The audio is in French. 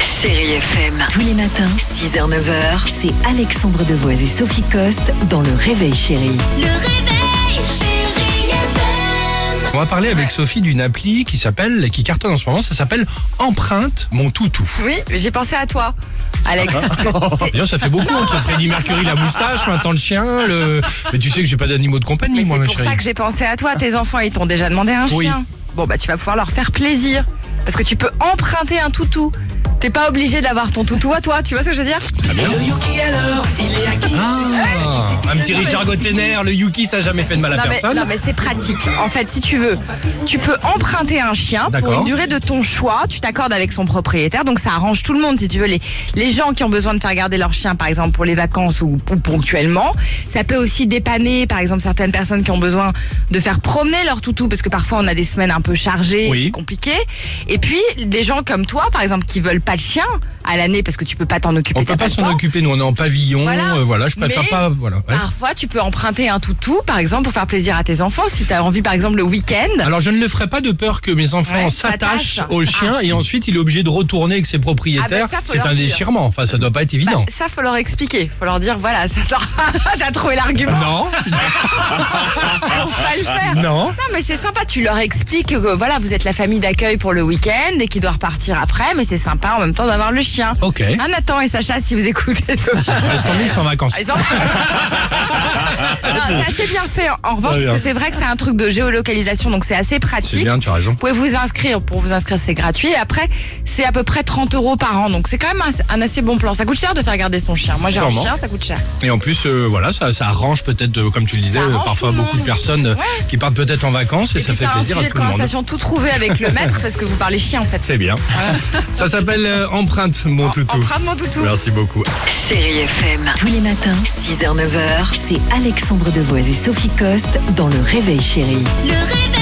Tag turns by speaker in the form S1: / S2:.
S1: Chérie FM.
S2: Tous les matins, 6h, 9h, c'est Alexandre Devoise et Sophie Coste dans Le Réveil Chérie.
S3: Le réveil, chérie FM.
S4: On va parler avec Sophie d'une appli qui s'appelle, qui cartonne en ce moment, ça s'appelle Empreinte mon toutou. Ah,
S5: Oui, j'ai pensé à toi, Alex. parce que t'es-
S4: D'ailleurs, ça fait beaucoup entre Freddie Mercury, la moustache, maintenant le chien, le. Mais tu sais que j'ai pas d'animaux de compagnie,
S5: mais
S4: moi,
S5: c'est
S4: ma
S5: pour ça
S4: chérie.
S5: que j'ai pensé à toi. Tes enfants, ils t'ont déjà demandé un
S4: Oui.
S5: chien. Bon, bah, tu vas pouvoir leur faire plaisir. Parce que tu peux emprunter un toutou. T'es pas obligé d'avoir ton toutou à toi, tu vois ce que je veux dire
S4: Ah, un petit Richard Gottener, le Yuki, ça a jamais fait de mal à
S5: non mais,
S4: personne.
S5: non, mais c'est pratique. En fait, si tu veux, tu peux emprunter un chien pour
S4: D'accord.
S5: une durée de ton choix. Tu t'accordes avec son propriétaire, donc ça arrange tout le monde. Si tu veux, les, les gens qui ont besoin de faire garder leur chien, par exemple, pour les vacances ou, ou ponctuellement. Ça peut aussi dépanner, par exemple, certaines personnes qui ont besoin de faire promener leur toutou, parce que parfois on a des semaines un peu chargées,
S4: Oui.
S5: c'est compliqué. Et puis, des gens comme toi, par exemple, qui veulent pas de chien à l'année parce que tu peux pas t'en occuper.
S4: On
S5: t'as
S4: peut pas
S5: le
S4: s'en
S5: temps.
S4: occuper, nous on est en pavillon,
S5: Voilà.
S4: euh, voilà, je préfère
S5: Mais-
S4: pas. Voilà. ouais.
S5: Parfois, tu peux emprunter un toutou, par exemple, pour faire plaisir à tes enfants. Si tu as envie, par exemple, le week-end,
S4: Alors je ne le ferai pas de peur que mes enfants
S5: Ouais,
S4: s'attachent
S5: s'attachent.
S4: au chien et ensuite il est obligé de retourner avec ses propriétaires.
S5: Ah bah ça, faut
S4: c'est
S5: leur
S4: un
S5: dire.
S4: déchirement, enfin ça doit pas être
S5: Bah,
S4: évident.
S5: ça, faut leur expliquer. Faut leur dire, voilà, ça t'as- t'as trouvé l'argument,
S4: Non,
S5: faut pas le faire.
S4: non.
S5: Non, mais c'est sympa. Tu leur expliques que voilà, vous êtes la famille d'accueil pour le week-end et qui doit repartir après, mais c'est sympa en même temps d'avoir le chien.
S4: Ok.
S5: Ah, Nathan et Sacha, si vous écoutez Sophie.
S4: Parce qu'on est, ils sont en vacances.
S5: Ils ont- Non, c'est assez bien fait en revanche,
S4: Très bien.
S5: parce que c'est vrai que c'est un truc de géolocalisation, donc c'est assez
S4: C'est
S5: pratique.
S4: bien, tu as raison.
S5: Vous pouvez vous inscrire. Pour vous inscrire, c'est gratuit. Et après, c'est à peu près 30 euros par an. Donc, c'est quand même un, un assez bon plan. Ça coûte cher de faire garder son chien. Moi, j'ai un
S4: Sûrement.
S5: chien, ça coûte cher.
S4: Et en plus, euh, voilà, ça, ça arrange peut-être, euh, comme tu le disais,
S5: Ça
S4: euh,
S5: arrange
S4: parfois
S5: tout le
S4: beaucoup de
S5: monde.
S4: personnes euh,
S5: Ouais.
S4: qui partent peut-être en vacances et, ça
S5: puis,
S4: fait
S5: t'as un
S4: plaisir à
S5: sujet de
S4: tout le monde.
S5: conversation tout trouvé avec le maître parce que vous parlez chien en fait.
S4: C'est bien. Ça s'appelle euh, Empreinte, mon toutou.
S5: Empreinte mon toutou.
S4: Merci beaucoup.
S1: Chérie FM.
S2: Tous les matins, 6h, 9h, c'est Alexandre Devoise et Sophie Coste dans Le Réveil Chérie.
S3: Le réveil.